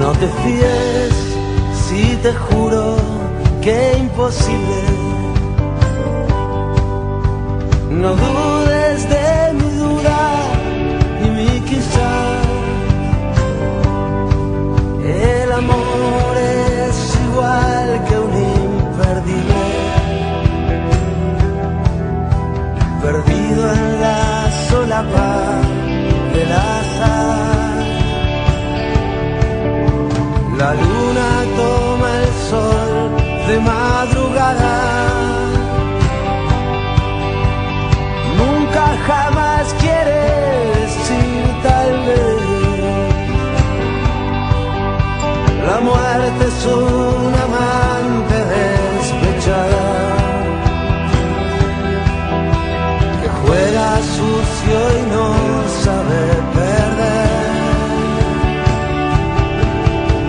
No te fíes si te juro que imposible. No dudes de mi duda y mi quizá. El amor es igual que un imperdible. Perdido en la solapa del azar. La luna toma el sol de madrugada. Nunca jamás quiere decir tal vez. La muerte es un amante despechada que juega sucio y no sabe perder.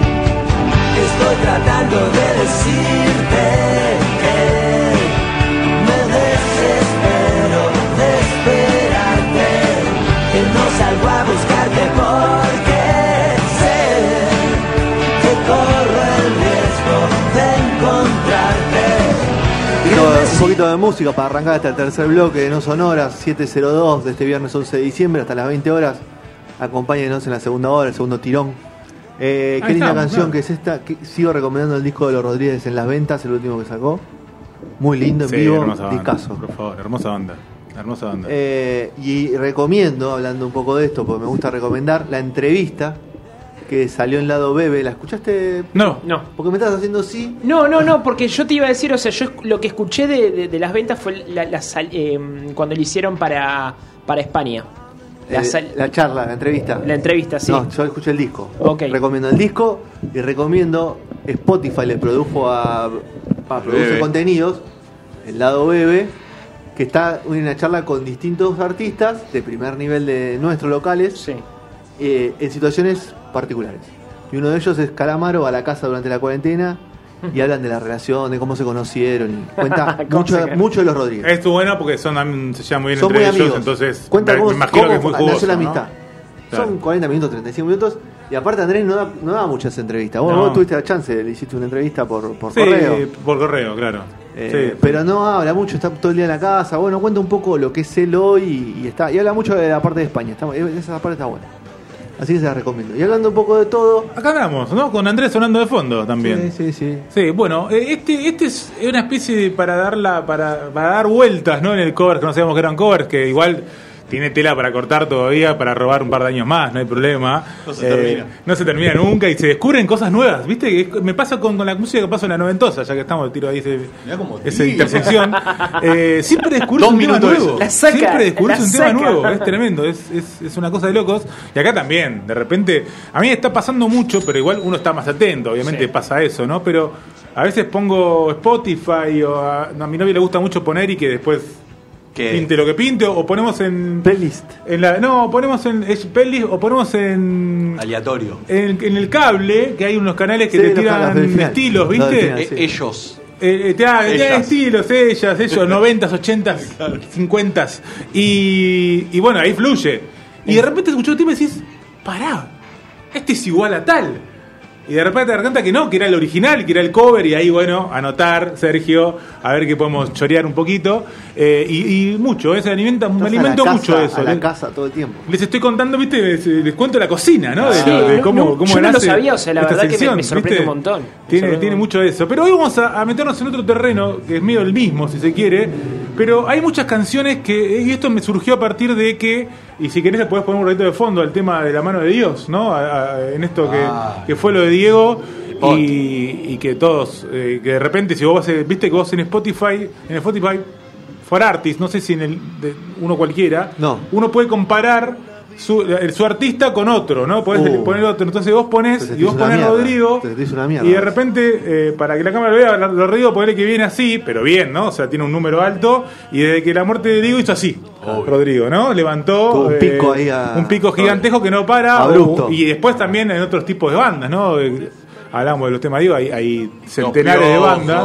Estoy tratando de decirte que me desespero de esperarte, que no salgo a buscarte porque sé que corro el riesgo de encontrarte. Y Poquito- un un poquito de música para arrancar hasta el tercer bloque de No Sonoras, 702 de este viernes 11 de diciembre hasta las 20 horas. Acompáñenos en la segunda hora, el segundo tirón. Eh, qué Ahí linda estamos, canción claro. que es esta. que sigo recomendando el disco de los Rodríguez en las ventas, el último que sacó. Muy lindo, en Sí, vivo, hermosa banda, discazo. Por favor, hermosa banda. Hermosa banda. Eh, y recomiendo, hablando un poco de esto, porque me gusta recomendar, la entrevista que salió en lado Bebe. ¿La escuchaste? no, No. Porque me estás haciendo sí. No, no, no, porque yo te iba a decir, o sea, yo esc- lo que escuché de, de- de las ventas fue la- la sal- eh, cuando lo hicieron para, para España. La, Eh, sal- la charla, la entrevista. la entrevista, sí. No, yo escuché el disco. Ok. Recomiendo el disco y recomiendo Spotify le produjo a, a produce Bebe. contenidos el lado bebe que está en una charla con distintos artistas de primer nivel de nuestros locales Sí. eh, en situaciones particulares. Y uno de ellos es Calamaro va a la casa durante la cuarentena y hablan de la relación, de cómo se conocieron y cuenta ¿Cómo mucho, se- mucho de los Rodríguez. Es tu buena porque son, am- se llevan muy bien Son muy entre ellos, amigos. entonces Cuenta me, cómo, me imagino cómo que es muy jugoso. nació la ¿no? amistad. Claro. Son 40 minutos, 35 minutos. Y aparte Andrés no da, no da muchas entrevistas. Vos, No. vos tuviste la chance, le hiciste una entrevista por, por Sí, correo. por correo, claro. Eh, Sí. Pero no habla mucho, está todo el día en la casa. Bueno, cuenta un poco lo que es él hoy y, y está. Y habla mucho de la parte de España. Está- esa parte está buena. Así que se la recomiendo. Y hablando un poco de todo. Acá andamos, ¿no? Con Andrés sonando de fondo también. Sí, sí, sí. Sí, bueno, eh, este, este es una especie de para darla, para, para dar vueltas, ¿no? En el cover, que no sabíamos que eran covers, que igual tiene tela para cortar todavía, para robar un par de años más, no hay problema. Eh, No se termina. No se termina nunca y se descubren cosas nuevas, ¿viste? Es- Me pasa con, con la música que pasó en la noventosa, ya que estamos, tiro ahí ese- Mirá cómo esa tira. intersección. Eh, siempre descubrís Dos un tema minutos de nuevo. eso. La saca, siempre descubrís la un tema saca. nuevo, es tremendo, es, es, es una cosa de locos. Y acá también, de repente, a mí me está pasando mucho, pero igual uno está más atento, obviamente pasa eso, ¿no? Pero a veces pongo Spotify o a, no, a mi novia le gusta mucho poner y que después ¿Qué? pinte lo que pinte, o ponemos en... Playlist. en la, no, ponemos en es playlist o ponemos en... Aleatorio. En, en el cable, que hay unos canales que Sí, te los canales del tiran final. estilos, Los del ¿viste? final. E- sí. Ellos. Eh, eh, te da- te da Ellas. estilos, ellas, ellos, 90s, 80s, 50s. Y, y bueno, ahí fluye. Y de repente escuchás un tema y decís, pará, este es igual a tal. Y de repente te das cuenta que no, que era el original, que era el cover, y ahí, bueno, anotar, Sergio, a ver que podemos chorear un poquito. Eh, y, y mucho, ¿eh? se alimenta, me Estás a la alimento casa- mucho de eso. ¿eh? A la Les- casa todo el tiempo. Les estoy contando, viste, les, les cuento la cocina, ¿no? De, Sí, lo- de no, cómo, no, cómo yo no lo nace sabía, o sea, la esta verdad que me- me sorprende un montón. Me Tiene, sorprende tiene un mucho de eso. Pero hoy vamos a, a meternos en otro terreno, que es medio el mismo, si se quiere. Pero hay muchas canciones que. eh, Y esto me surgió a partir de que. Y si querés, le podés poner un ratito de fondo al tema de la mano de Dios, ¿no? A- a- en esto que, Ah. que fue lo de Diego. Y, y que todos. eh, que de repente, si vos vas. a- Viste que vos en Spotify. En Spotify. For Artists, no sé si en el de uno cualquiera, No. uno puede comparar su, el- su artista con otro, ¿no? Podés Uh. poner otro. Entonces vos ponés, Entonces te y vos hizo una ponés mierda. Rodrigo, Entonces te hizo una mierda. y de repente, eh, para que la cámara lo vea, lo- Rodrigo ponele que viene así, pero bien, ¿no? O sea, tiene un número alto, y desde que la muerte de Diego hizo así, Rodrigo, ¿no? Levantó eh, Tuvo un pico ahí a- un pico gigantesco que no para, Abrupto. y después también en otros tipos de bandas, ¿no? Eh, Hablamos de los temas, digo, hay, hay centenares de Piojos. bandas.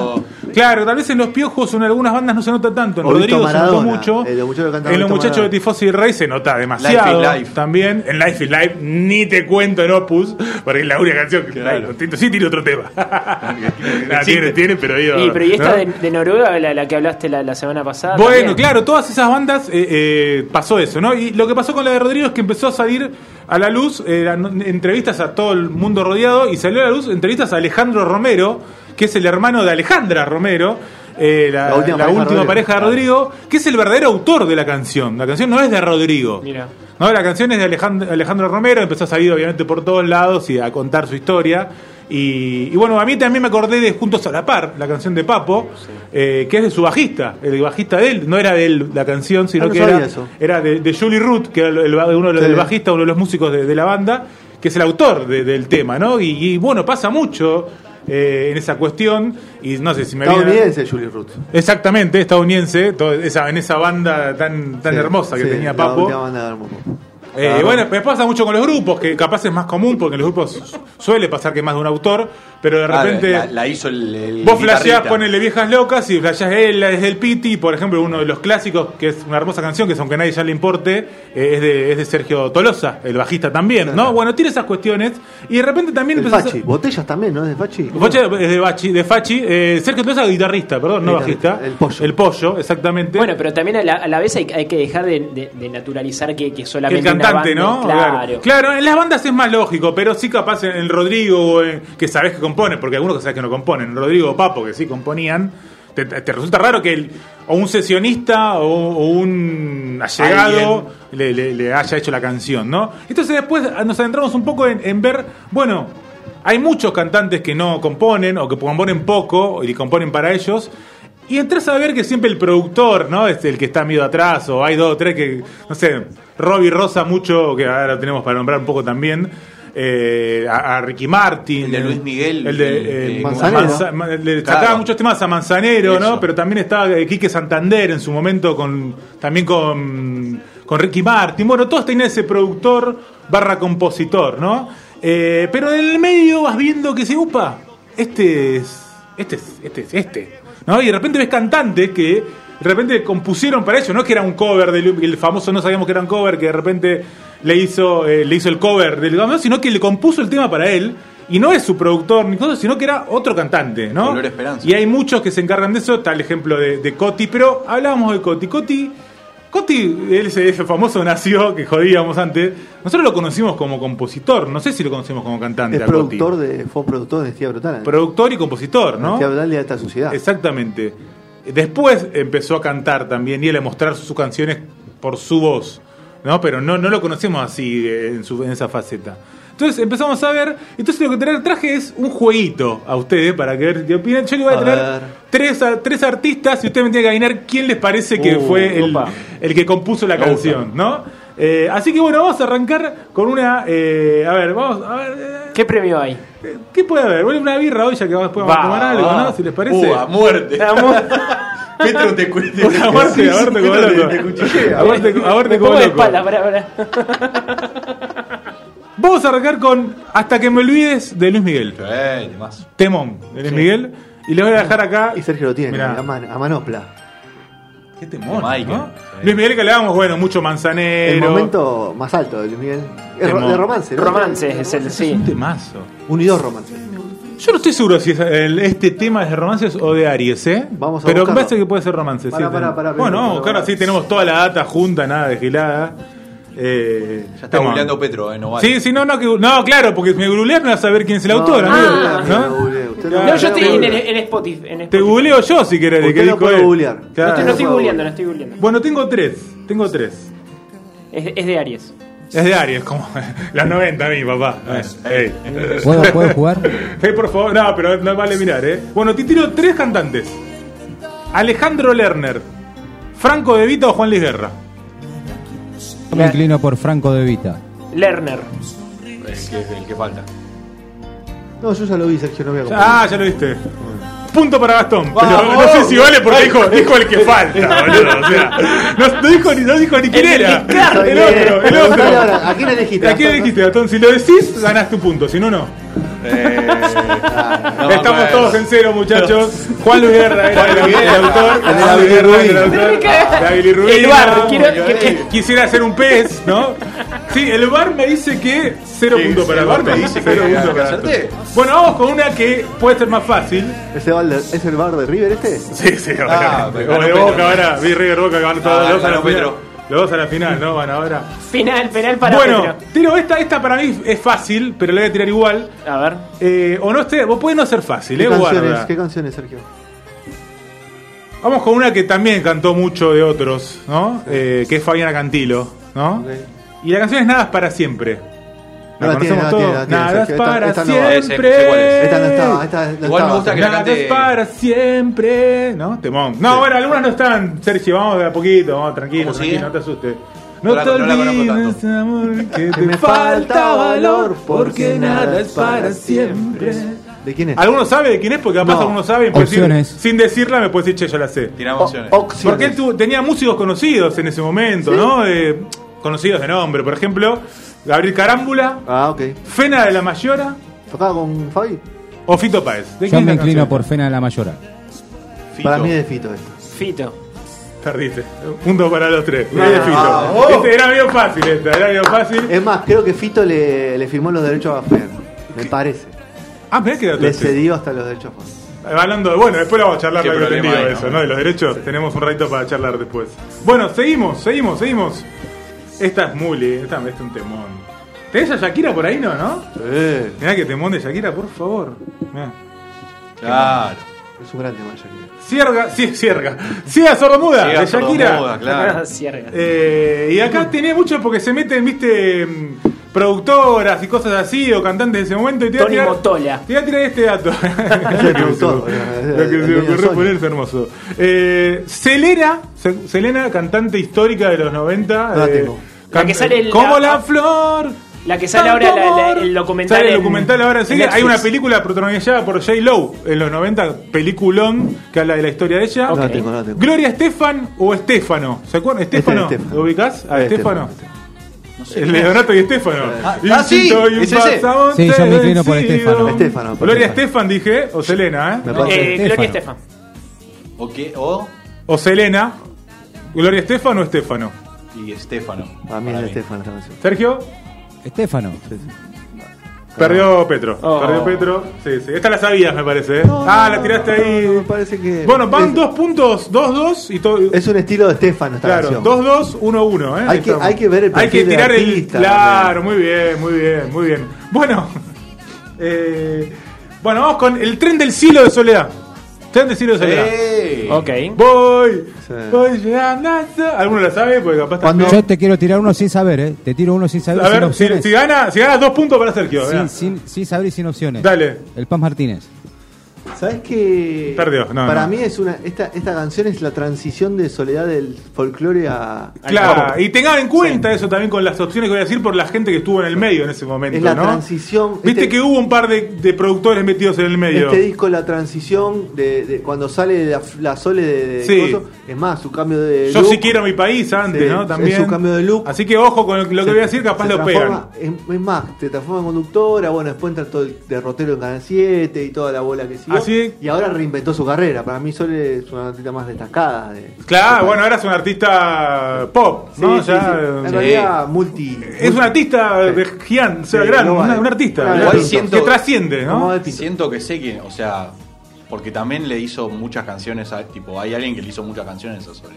Claro, tal vez en los piojos o en algunas bandas no se nota tanto. En O Vito Rodrigo se Maradona. notó mucho. Eh, los muchachos que cantan en los Vito muchachos de Maradona. Tifosi y Rey se nota demasiado. Life is Life. También. En Life is Life, ni te cuento en Opus, porque es la única canción que Ay, Tito sí tiene otro tema. Nah, Ah, tiene, tiene, pero digo. Y, pero y esta ¿no? de, de Noruega, la, la que hablaste la, la semana pasada. Bueno, también. claro, todas esas bandas eh, eh, pasó eso, ¿no? Y lo que pasó con la de Rodrigo es que empezó a salir a la luz eh, eran entrevistas a todo el mundo rodeado y salió a la luz entrevistas a Alejandro Romero, que es el hermano de Alejandra Romero, eh, la, la La última pareja última, de Rodrigo. pareja de Rodrigo, que es el verdadero autor de la canción. La canción no es de Rodrigo. Mira. No, la canción es de Alejandro, Alejandro Romero, empezó a salir obviamente por todos lados y a contar su historia. Y, y bueno, a mí también me acordé de Juntos a la Par, la canción de Papo, eh, que es de su bajista, el bajista de él, no era de él la canción, sino Ah, no que sabía era, eso. era de, de Julie Root, que era el- el ba- uno de los Sí. del bajista, uno de los músicos de, de la banda, que es el autor de- del tema, ¿no? Y, y, bueno, pasa mucho eh, en esa cuestión, y no sé si me viene- Estadounidense, Julie Ruth. Exactamente, estadounidense, todo- esa, en esa banda tan, tan Sí, hermosa que sí, tenía la Papo. última banda de Ah, Armoco. Eh, Claro. Bueno, me pasa mucho con los grupos, que capaz es más común, porque en los grupos suele pasar que más de un autor, pero de Ah, repente la, la hizo el. el vos flasheás, guitarrista. ponele viejas locas y flasheás él es del Piti, por ejemplo, uno de los clásicos, que es una hermosa canción, que es aunque a nadie ya le importe, eh, es, de, es de Sergio Tolosa, el bajista también, ¿no? Bueno, tiene esas cuestiones y de repente también El empezás a- Fachi. Botellas también, ¿no? ¿Es de Fachi? Bocha es de, Bachi, de Fachi, eh, Sergio Tolosa guitarrista, perdón, no Guitarrista, bajista. el pollo. El pollo, exactamente. Bueno, pero también a la, a la vez hay, hay que dejar de, de- de naturalizar que, que Que solamente. el cantante, ¿no? una banda- Claro. Claro. Claro, en las bandas es más lógico, pero sí capaz en el Rodrigo, o en- que sabes que compone, porque algunos que sabes que no componen, en Rodrigo o Papo, que sí componían, te, te resulta raro que el- o un sesionista o, o un allegado le, le- le haya hecho la canción, ¿no? Entonces después nos adentramos un poco en, en ver, bueno, hay muchos cantantes que no componen o que componen poco y componen para ellos. Y entras a ver que siempre el productor, ¿no? Es el que está medio atrás, o hay dos o tres que, no sé, Robbie Rosa mucho, que ahora tenemos para nombrar un poco también, eh, a, a Ricky Martin. El de Luis Miguel, El de el- eh, Manzanero. Manza- ma- le Claro. sacaba muchos temas a Manzanero, ¿no? Eso. Pero también estaba eh, Quique Santander en su momento, con también con, con Ricky Martin. Bueno, todos tenían ese productor barra compositor, ¿no? Eh, pero en el medio vas viendo que se upa. Este es. Este es. Este es. Este. ¿No? Y de repente ves cantantes que. De repente compusieron para ellos, no es que era un cover del el famoso, no sabíamos que era un cover, que de repente le hizo, eh, le hizo el cover del no, sino que le compuso el tema para él, y no es su productor ni cosa, sino que era otro cantante, ¿no? Color Esperanza. Y hay muchos que se encargan de eso, está el ejemplo de, de Coti, pero hablábamos de Coti. Coti, Coti, él es ese famoso nació que jodíamos antes. Nosotros lo conocimos como compositor, no sé si lo conocimos como cantante. Es a Coti. productor de, fue productor de Estía Brutal. Productor y compositor, ¿no? Estía Brutal de Alta Sociedad. Exactamente. Después empezó a cantar también y él a mostrar sus canciones por su voz, ¿no? Pero no, no lo conocemos así eh, en, su- en esa faceta. Entonces empezamos a ver, entonces lo que tra- traje es un jueguito a ustedes para que ver qué opinan. Yo le voy a A traer ver. tres, a- tres artistas y ustedes me tienen que adivinar quién les parece que Uh, fue el, opa. el que compuso la canción, ¿no? Eh, así que bueno, vamos a arrancar con una... eh, a ver, vamos a ver... eh, ¿Qué premio hay? eh, ¿Qué puede haber? Bueno, una birra hoy ya que después vamos a Va, tomar algo, Ah, ¿no? Si les parece. Uh, a muerte. Petro te cuento. Una muerte, a verte como Petro loco. te- te cuchillea. A verte- a verte Me como pongo de loco. espalda, pará, pará. Vamos a arrancar con Hasta que me olvides de Luis Miguel. Eh, más. Temón de Luis Miguel. Y les voy a dejar acá. Y Sergio lo tiene, Mirá. a, man- a manopla. Qué temor, Jamaica, ¿no? sí. Luis Miguel que hablábamos, bueno, mucho El manzanero. momento más alto de Luis Miguel. Es ro- Temo. de romance, ¿no? Romance es el Es sí. un temazo. Unidos romance. Yo no estoy seguro si es el- este tema es de romances o de Aries, ¿eh? Vamos a Pero buscarlo. me parece que puede ser romances. Pará, pará, sí, también. pará, bueno, pará, vamos a buscar pará. así, tenemos toda la data junta, nada de gilada. Eh, Ya está toma. googleando Petro, eh, no vale. Sí, sí, no, no, que, no, claro, porque si me googleas no vas a saber quién es el autor, no, amigo. no, ¿no? no, googleo. Usted Claro, No, yo estoy en, googleo. el- en Spotify. en Te Spotify. googleo yo si querés. de Usted qué no disco puede es. googlear. No Claro. estoy, no estoy googleando, no estoy googleando. Bueno, tengo tres, tengo tres. Es, es de Aries. Es de Aries, como las 90 a mí, papá. eh, Ey. eh, ¿Puedo, puedo jugar? Ey, por favor, no, pero no vale mirar, ¿eh? Bueno, te tiro tres cantantes. Alejandro Lerner, Franco De Vita o Juan Luis Guerra. Yo me inclino por Franco De Vita. Lerner. El que, el que falta. No, yo ya lo vi, Sergio, no voy a comprar. Ah, ya lo viste. Punto para Gastón. Pero Vamos. no sé si vale porque dijo, dijo el que falta, boludo. O sea, no, no dijo, ni- no dijo ni quién era. Está El bien. otro, el otro. Preguntale ahora, ¿A quién elegiste? ¿A quién dijiste, Gastón? Si lo decís, ganás tu punto, si no, no. No, Estamos bueno. todos en cero, muchachos. Juan Luis Guerra era el, el autor. El de la Juan Luis Guerra era el Bilirrubina. autor. La bilirrubina. El bar, quiero- Muy bien. Quisiera hacer un pez, ¿no? Sí, el bar me dice que cero Sí, punto para el el bar. bar me dice que cero que punto para acerté. Gastón. Bueno, vamos con una que puede ser más fácil. ¿Ese bar de- ¿Es el bar de River este? Sí, sí, Ah, ahora. pero Como de ganó Boca Pedro. ahora, vi River Boca que van todos Ah, los dos a la ganó final. Pedro. Los dos a la final, ¿no? Van ahora. Final, penal para bueno, Petro. tiro esta, esta para mí es fácil, pero la voy a tirar igual. A ver. Eh, o no esté, vos puede no ser fácil, ¿Qué eh, canciones, guarda. ¿Qué canciones, Sergio? Vamos con una que también cantó mucho de otros, ¿no? Eh, que es Fabiana Cantilo, ¿no? Ok. Y la canción es Nada es para siempre. No la tiene, no la todos. tiene, no la tiene, Nada es Sergio. Esta- para esta no va. siempre. Sé- sé cuál es. Esta no Eh. estaba, esta no Igual me estaba. gusta que- la Nada cante- es para siempre, ¿no? Temón. No, bueno, algunas no están, Sergio, vamos de a poquito, vamos, tranquilo, ¿Cómo tranquilo, sigue? no te asustes. No la- te no la conozco olvides, amor, que te me falta valor, porque nada es para siempre. ¿De quién es? ¿Alguno sabe de quién es? Porque capaz No. alguno sabe, y puede decir- Opciones. sin decirla me puede decir, che, yo la sé. Tiramos O- opciones. Opciones. Porque él tuvo- tenía músicos conocidos en ese momento, ¿no? Eh, conocidos de nombre, por ejemplo, Gabriel Carámbula, Ah, ok. Fena de la Mayora ¿Tocaba con Fabi? o Fito Páez. ¿De Yo quién me es la inclino canción? por Fena de la Mayora. Fito. Para mí es de Fito esto. Fito. Perdiste. Punto para los tres. Bien de Fito. Este era bien fácil esta, era bien fácil. Es más, creo que Fito le, le firmó los derechos a Fabián. Me parece. Ah, mirá que era Le este. cedió hasta los derechos a Fabián. Hablando de, bueno, después lo vamos a charlar Qué largo y problema tendido hay, eso, ¿no? ¿no? De los derechos. Tenemos un ratito para charlar después. Bueno, seguimos, seguimos, seguimos. Esta es Muli, esta, este es un temón. ¿Tenés a Shakira por ahí, no? ¿No? Eh, Mirá que temón de Shakira, por favor. Mirá. Claro. es un gran tema, Shakira. Cierga, sí, cierga. Ciega sordomuda Llega de Shakira. sordomuda, claro. Cierra. Eh, y acá tenía mucho porque se meten, viste, mm, productoras y cosas así, o cantantes de ese momento. Y te voy a Tony tirar- Motola. Te voy a tirar este dato. el productor, Lo que el se dueño me de ocurrió Sony. poner es hermoso. Eh, Selena, Se- Selena, cantante histórica de los 90. No Ah, la eh, tengo. La can- que sale el- Como la, la- flor. la que sale tanto ahora la- la- amor. el documental Sale el en- documental ahora en en serie. Hay Netflix. una película protagonizada por J. Lowe en los 90, peliculón que habla de la historia de ella. No la tengo, no la tengo. Gloria Estefan o Estefano. ¿Se acuerdan? Estefano. Este es Estefano. ¿Lo ubicás? A Este es Estefano. El Leonato y Estefano. Ah, ah, sí, soy un es ese. pasamonte Sí, yo me inclino por vencido. Estefano. Estefano, por Gloria Estefano. Estefan dije, o Selena, Me ¿eh? parece. Eh, creo que Estefan. ¿O qué? ¿O? O Selena. Gloria Estefan o Estefano. Y Estefano. Ah, Para mí es de Estefano esta canción. Sergio, Estefano. perdió Petro. Oh. Perdió Petro. Sí, sí. Esta la sabías, me parece. ¿eh? ah, la tiraste ahí. No, me parece que. Bueno, van es, dos puntos, dos, dos y todo. Es un estilo de Estefano esta Claro, canción. 2-2, 1-1. ¿eh? Hay que- hay que ver el Hay que perfil del tirar el. artista Claro, muy bien, muy bien, muy bien. Bueno, eh, bueno, vamos con el tren del cielo de Soledad. Tren del cielo de Soledad. ¡Ey! Ok. Voy, Sí. voy llegando. Alguno la sabe, porque capaz Cuando- Yo te quiero tirar uno sin saber, ¿eh? Te tiro uno sin saber. A sin ver, si, opciones. si gana, si gana, dos puntos para Sergio. Sin- mirá. sin- sin saber y sin opciones. Dale. El Paz Martínez. ¿Sabes qué? Perdió, no, Para no. mí es una. Esta, esta canción es la transición de soledad del folclore a. Claro, y tengan en cuenta eso también con las opciones que voy a decir por la gente que estuvo en el medio en ese momento. Es la ¿no? transición. Viste este- que hubo un par de, de productores metidos en el medio. Este disco, la transición de, de cuando sale la, la Sole de, de Sí. coso, es más, su cambio de. Yo look sí quiero mi país antes, Sí, ¿no? es También. un cambio de look. Así que ojo con lo que se- voy a decir, capaz se lo pegan. transforma- Es, es más, te transforma en conductora, bueno, después entra todo el derrotero en Canal 7 y toda la bola que sigue. Así así. Y ahora reinventó su carrera. Para mí Sole es una artista más destacada. de- Claro, bueno, ahora es un artista pop, Sí, ¿no? sí, Ya, sí. eh, En realidad, multi. Es un artista de gigante, o sea, Sí, gran, global. una- un artista. Claro, ¿verdad? igual siento- que trasciende, Como ¿no? de Pinto. Siento que sé quién, o sea, porque también le hizo muchas canciones a. Tipo, hay alguien que le hizo muchas canciones a Sole.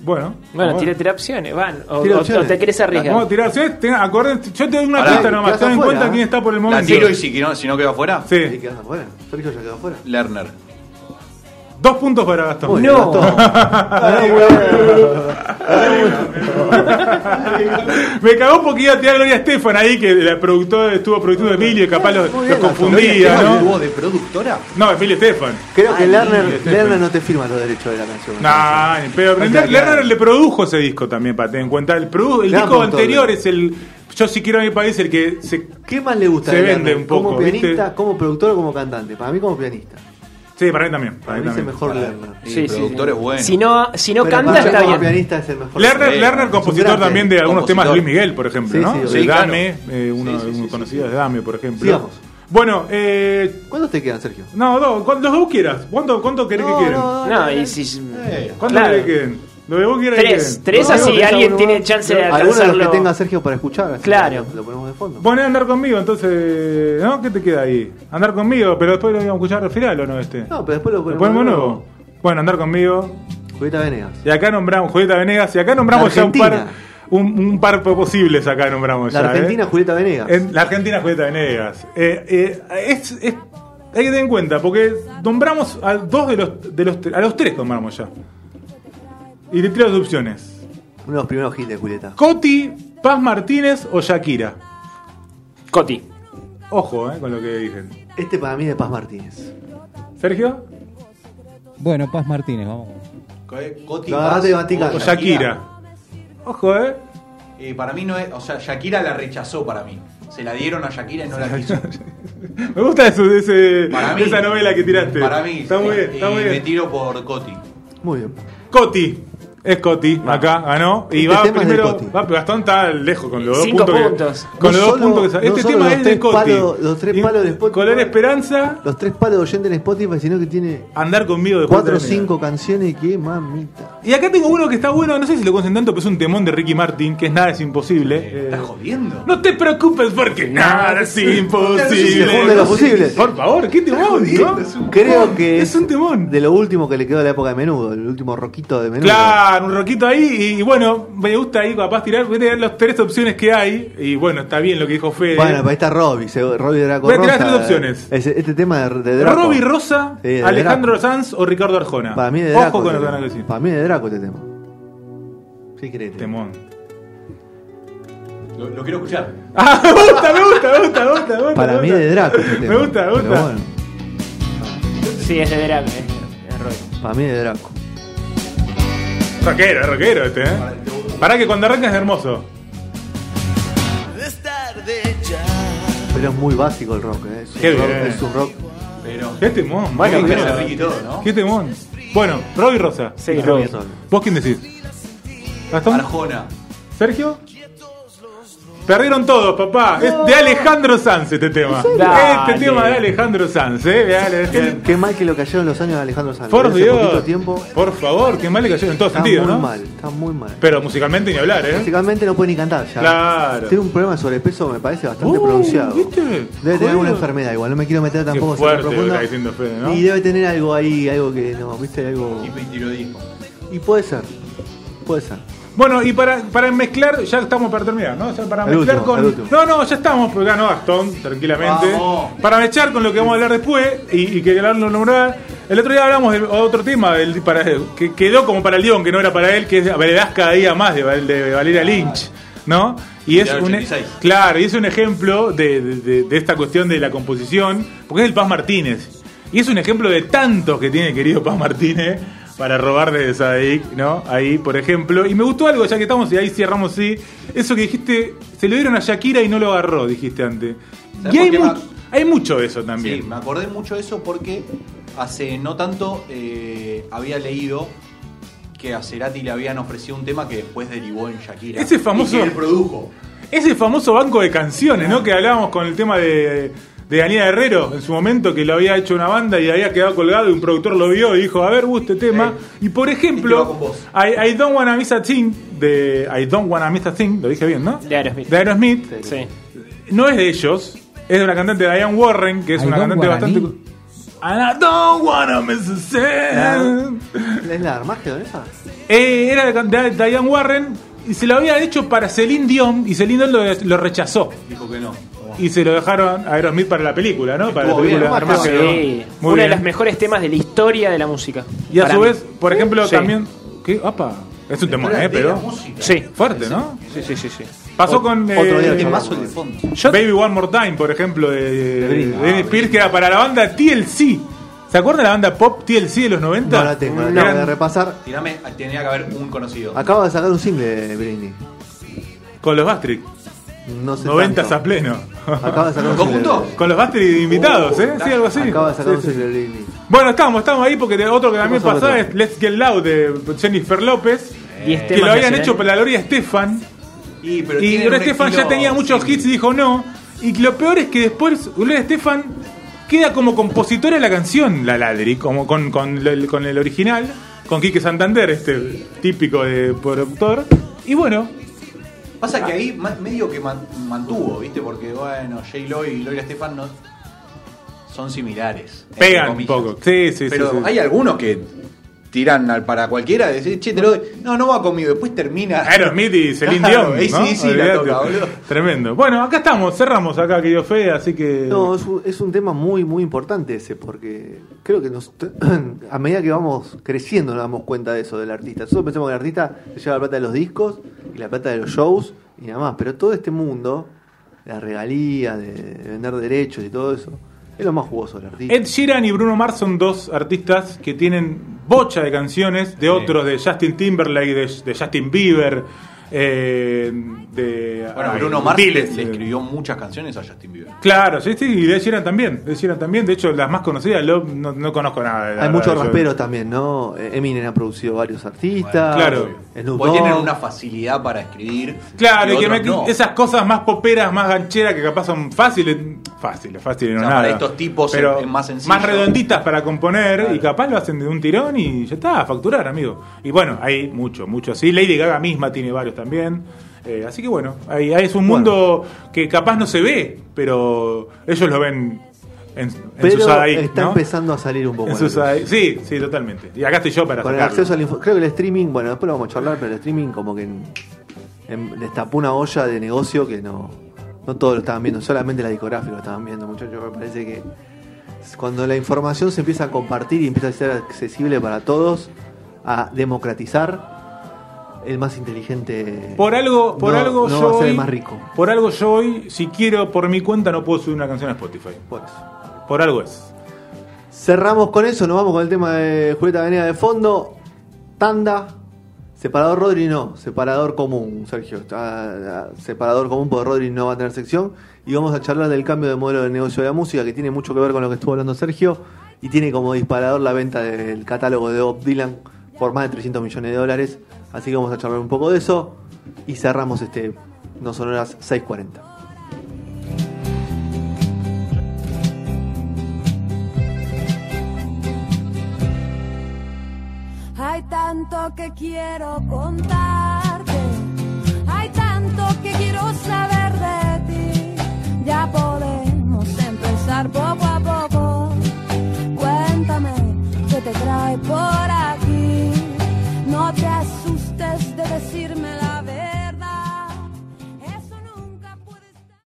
Bueno, Bueno, vamos. tira, tira opciones, van. O, Tira o- opciones. o te querés Vamos a arriesgar. tirar. Sí, ten- acuérdense, yo te doy una Pará, pista nomás. quedás Ten en afuera, cuenta ¿eh? quién está por el La momento. tiro y si, que no, si no queda fuera, Ahí Sí, quedás afuera. Sergio ya quedó afuera. Lerner. dos puntos para Gastón. Muy bien, Gastón. Ay, Me cagó porque iba a tirar Gloria Estefan ahí, que la productora estuvo produciendo a Emilio y capaz los, Muy bien, los Gastón. confundía, ¿no? voz de productora? No, Emilio Estefan. Creo que Lerner, Lerner no te firma los derechos de la canción. Nah, ni en pedo. pero Ahí Lerner está, claro. le produjo ese disco también, para tener en cuenta. El, produ- el Gran disco productor. anterior es el Yo si quiero a mi país, el que se... ¿Qué más le gusta Se de vende Lerner? un poco, ¿Como ¿viste? pianista, como productor o como cantante? Para mí como pianista. Sí, para mí también. para Para mí mí es el también. mejor Lerner. Sí, Sí, sí, productor es bueno. Si no, si no Pero canta, para mí está como bien. pianista es el mejor. Lerner, Sí, Lerner, compositor grande también de algunos temas de Luis compositor. Miguel, por ejemplo, Sí, ¿no? sí, de sí, claro. Dame, eh, uno, Sí, sí, uno sí, conocido sí, sí. de Dame, por ejemplo. Sigamos. Bueno, eh, ¿Cuántos te quedan, Sergio? no, dos, cu- los que vos quieras. ¿Cuánto, cuánto querés que quieran? No, y si. ¿Cuánto Claro. querés que queden? Lo que vos quieras que Tres, queden. tres No, así, no, alguien no, tiene no. chance de Alguno de los alcanzarlo. que tenga Sergio para escuchar. así Claro. Lo ponemos de fondo. Poné a andar conmigo, entonces, ¿no? ¿Qué te queda ahí? Andar conmigo, pero después lo íbamos a escuchar al final o no este. No, pero después lo ¿Lo ponemos. ponemos de nuevo? Bueno, andar conmigo. Julieta Venegas. Y acá nombramos Julieta Venegas, y acá nombramos ya un par, Argentina. un, un par posibles acá nombramos La ya, ¿eh? Argentina, Julieta Venegas. En la Argentina Julieta Venegas. Eh, eh, es, es- hay que tener en cuenta, porque nombramos a dos de los, de los tre- a los tres nombramos ya. Y te tiro las opciones. Uno de los primeros hits de Julieta. Coti, Paz Martínez o Shakira. Coti. Ojo, eh, con lo que dicen. Este para mí es de Paz Martínez. ¿Sergio? Bueno, Paz Martínez, vamos. Eh, Coti Lo Paz agarraste de Vaticano. O Shakira. Ojo, eh. Eh, para mí no es. O sea, Shakira la rechazó para mí. Se la dieron a Shakira y no la quiso. Me gusta eso, de ese- Para mí. de esa novela que tiraste. Para mí. Está muy sí. bien, está Y muy Me bien. tiro por Coti. Eh, Muy bien. Coti. Es Coti, acá ganó. Y Este va tema es de primero. Coti. va- Gastón está lejos con los dos Cinco puntos. que- puntos. con No los dos solo- puntos que sa- no Este solo tema los es de tres Coti. palos- los tres Y palos de Spotify. Color Esperanza, Los tres palos de oyente en Spotify, sino que tiene andar conmigo de cuatro o Julieta Venegas. cinco canciones que mamita. Y acá tengo uno que está bueno, no sé si lo conocen tanto, pero es un temón de Ricky Martin, que es nada es imposible. Eh, ¿Estás jodiendo? No te preocupes porque nada es imposible. Mejor de lo posible. Por favor, qué temón, ¿no? Creo que es un temón. De lo último que le quedó de la época de menudo, el último roquito de menudo. Claro, un roquito ahí y, y bueno, me gusta ahí capaz tirar, voy a tirar las tres opciones que hay y bueno, está bien lo que dijo Fede. Bueno, pues ahí está Robbie, se- Robbie Draco. Voy a tirar Rosa. tres opciones. Ese- este tema de, de Draco. Robbie Rosa, Sí, de Alejandro Draco. Sanz o Ricardo Arjona. Para mí es de Draco. Ojo con lo este que van a tema. decir. Para mí es de Draco este tema. Sí, crees. Temón. Lo, lo quiero escuchar. Ah, me gusta, me gusta, me gusta, me gusta. me gusta, Para me mí es gusta. de Draco este tema. Me gusta, me Pero gusta. bueno, Sí, es de verano. eh, es rollo. para mí es de Draco. Rockero, es rockero este, eh. Pará que cuando arranca es hermoso. Es tarde ya. Pero es muy básico el rock, ¿eh? Es un Qué rock. bien. es un rock. Pero. Qué temón. Bueno, muy Bueno, pero- bien. Ricky todo, ¿no? Qué temón. Bueno, Robbie Rosa. Sí, Para Robbie. mí es solo. ¿Vos quién decís? Gastón. Arjona. ¿Sergio? Perdieron todos, papá. Es de Alejandro Sanz este tema. Dale. Este tema de Alejandro Sanz, eh. Dale, bien. Qué mal que lo cayeron los años de Alejandro Sanz. Por Hace poquito Dios. tiempo Por favor, qué mal le cayó en todo está sentido, muy ¿no? mal, está muy mal. Pero musicalmente ni hablar, eh. Básicamente no puede ni cantar ya. Claro. Tiene un problema de sobrepeso, me parece bastante Uh, pronunciado. ¿viste? Debe tener Joder. alguna enfermedad, igual no me quiero meter tampoco en esa fuerte lo que profunda. está diciendo Fede, ¿no? Y debe tener algo ahí, algo que no, viste, algo. Y me tiro disco. Y puede ser, puede ser. Bueno, y para, para mezclar, ya estamos para terminar, ¿no? O sea, para Al mezclar último, al último. con. No, no, ya estamos, porque ganó Gastón, tranquilamente. Vamos. Para mezclar con lo que vamos a hablar después, y, y que Galán lo nombraba. El otro día hablamos de otro tema del- para, que quedó como para el guión, que no era para él, que es Veredas cada día más de, Val- de Valeria Lynch, ¿no? Y es Del un, 86. claro, y es un ejemplo de, de- de- de esta cuestión de la composición, porque es el Paz Martínez. Y es un ejemplo de tantos que tiene el querido Paz Martínez para robar de Sadik, ¿no? Ahí, por ejemplo. Y me gustó algo, ya que estamos y ahí cerramos, sí. Eso que dijiste, se lo dieron a Shakira y no lo agarró, dijiste antes. ¿Sabés Y hay, por qué mu- va? hay mucho de eso Sí, también. me acordé mucho de eso porque hace no tanto eh, había leído que a Cerati le habían ofrecido un tema que después derivó en Shakira. Ese famoso- Y que él produjo. Ese famoso banco de canciones, ¿no? Que hablábamos con el tema de, de de Daniel Herrero en su momento, que lo había hecho una banda y había quedado colgado y un productor lo vio y dijo, a ver, guste este tema. Y por va ejemplo, con vos. I, I Don't Wanna Miss a Thing, de I Don't Wanna Miss a Thing, lo dije bien, ¿no? De Aerosmith. De Aerosmith. Sí. No es de ellos, es de una cantante de Diane Warren, que es I una don't cantante wanna bastante... need. And I don't wanna miss a thing. ¿Es la de Armageddon esa? Eh, era de, de- de Diane Warren y se lo había hecho para Celine Dion y Celine Dion lo, lo rechazó. Dijo que no. Y se lo dejaron a Aerosmith para la película, ¿no? Para la Estuvo bien, película Armagedón. Armagedón. Sí. Ah, Muy Uno de bien. los mejores temas de la historia de la música. Y a Para su mí. vez, por ejemplo, Sí. también. ¿Qué? ¡Apa! Es un temor, ¿eh? Pero. Sí. Fuerte, ¿no? Sí, sí, sí, sí. Pasó con. eh, otro día, eh, chaval. Paso el de fondo. Yo- Baby One More Time, por ejemplo, de, de Britney. Britney Spears, que era para la banda TLC. ¿Se acuerdan de la banda pop TLC de los 90? No la tengo, la tengo Eran- que repasar. Tirame, tenía que haber un conocido. Ah. Acaba de sacar un single, Britney. Con los Bastric. No sé 90 tanto. a pleno. Acaba de sacar un single. ¿Conjunto? Con los Bastric invitados, ¿eh? Sí, algo así. Uh, Acaba de sacar Sí, un sí. single, Britney. Bueno, estamos, estamos ahí porque de- otro que también pasó, pasaba Beto? es Let's Get Loud de Jennifer López. Diez Que temas lo habían nacionales. hecho para la Gloria Estefan. Y, pero Y tiene Gloria un Estefan ya estilo- tenía muchos sí. hits y dijo no. Y lo peor es que después Gloria Estefan queda como compositora de la canción, la Ladri, como con, con el, con el original, con Quique Santander, este típico de productor. Y bueno, Pasa que ahí ma- medio que man- mantuvo, ¿viste? Porque, bueno, J-Lo y Gloria Estefan no son similares. entre Pegan un comillas. poco. Sí, sí, sí, Pero sí. hay algunos que tiran al- para cualquiera, decir, che, te lo doy. No, no va conmigo. Después termina. Aerosmith y Celine Claro, Dion. ahí ¿no? sí, sí, la Olvidate. toca, boludo. Tremendo. Bueno, acá estamos, cerramos acá, querido Fede, así que. No, es un, es un tema muy, muy importante ese, porque creo que nos, a medida que vamos creciendo nos damos cuenta de eso del artista. Nosotros pensamos que el artista se lleva la plata de los discos y la plata de los shows y nada más, pero todo este mundo, las regalías, de, de vender derechos y todo eso, es lo más jugoso del artista. Ed Sheeran y Bruno Mars son dos artistas que tienen bocha de canciones de otros, de Justin Timberlake, de, de Justin Bieber, eh, de... Bueno, ay, Bruno Mars le, miles, le eh. escribió muchas canciones a Justin Bieber. Claro, sí, sí, y Ed Sheeran también, Ed Sheeran también, de hecho las más conocidas, lo- no, no conozco nada. de la Hay verdad, muchos yo- rasperos también, ¿no? Eh, Eminem ha producido varios artistas. Bueno, claro. Snoop Porque tienen Dogg. una facilidad para escribir. Claro, y que otros me- no. esas cosas más poperas, más gancheras, que capaz son fáciles, fáciles, fáciles, O sea, no nada. para estos tipos pero es- es más sencillo. redonditas para componer y capaz lo hacen de un tirón y ya está, a facturar, amigo. Y bueno, hay mucho, mucho así. Lady Gaga misma tiene varios también. Eh, así que bueno, ahí, ahí es un mundo que capaz no se ve, pero ellos lo ven en, en Pero sus ahí, está ¿no? empezando a salir un poco. En la sus luz. ahí. Sí, sí, totalmente. Y acá estoy yo para Con el sacarlo. acceso al info- Creo que el streaming, bueno, después lo vamos a charlar, pero el streaming como que en- en- destapó una olla de negocio que no, no todos lo estaban viendo, solamente la discográfica lo estaban viendo, muchachos. Me parece que cuando la información se empieza a compartir y empieza a ser accesible para todos, a democratizar, el más inteligente. Por algo, por no- algo no yo va a ser el hoy- más rico. Por algo yo hoy, si quiero por mi cuenta, no puedo subir una canción a Spotify. Por eso. Por algo es. Cerramos con eso, nos vamos con el tema de Julieta Venea de fondo. Tanda. Separador Rodri no, separador común, Sergio. Está- separador común porque Rodri no va a tener sección. Y vamos a charlar del cambio de modelo de negocio de la música, que tiene mucho que ver con lo que estuvo hablando Sergio. Y tiene como disparador la venta del catálogo de Bob Dylan por más de 300 millones de dólares. Así que vamos a charlar un poco de eso. Y cerramos este No Sonoras 640. Hay tanto que quiero contarte, hay tanto que quiero saber de ti. Ya podemos empezar poco a poco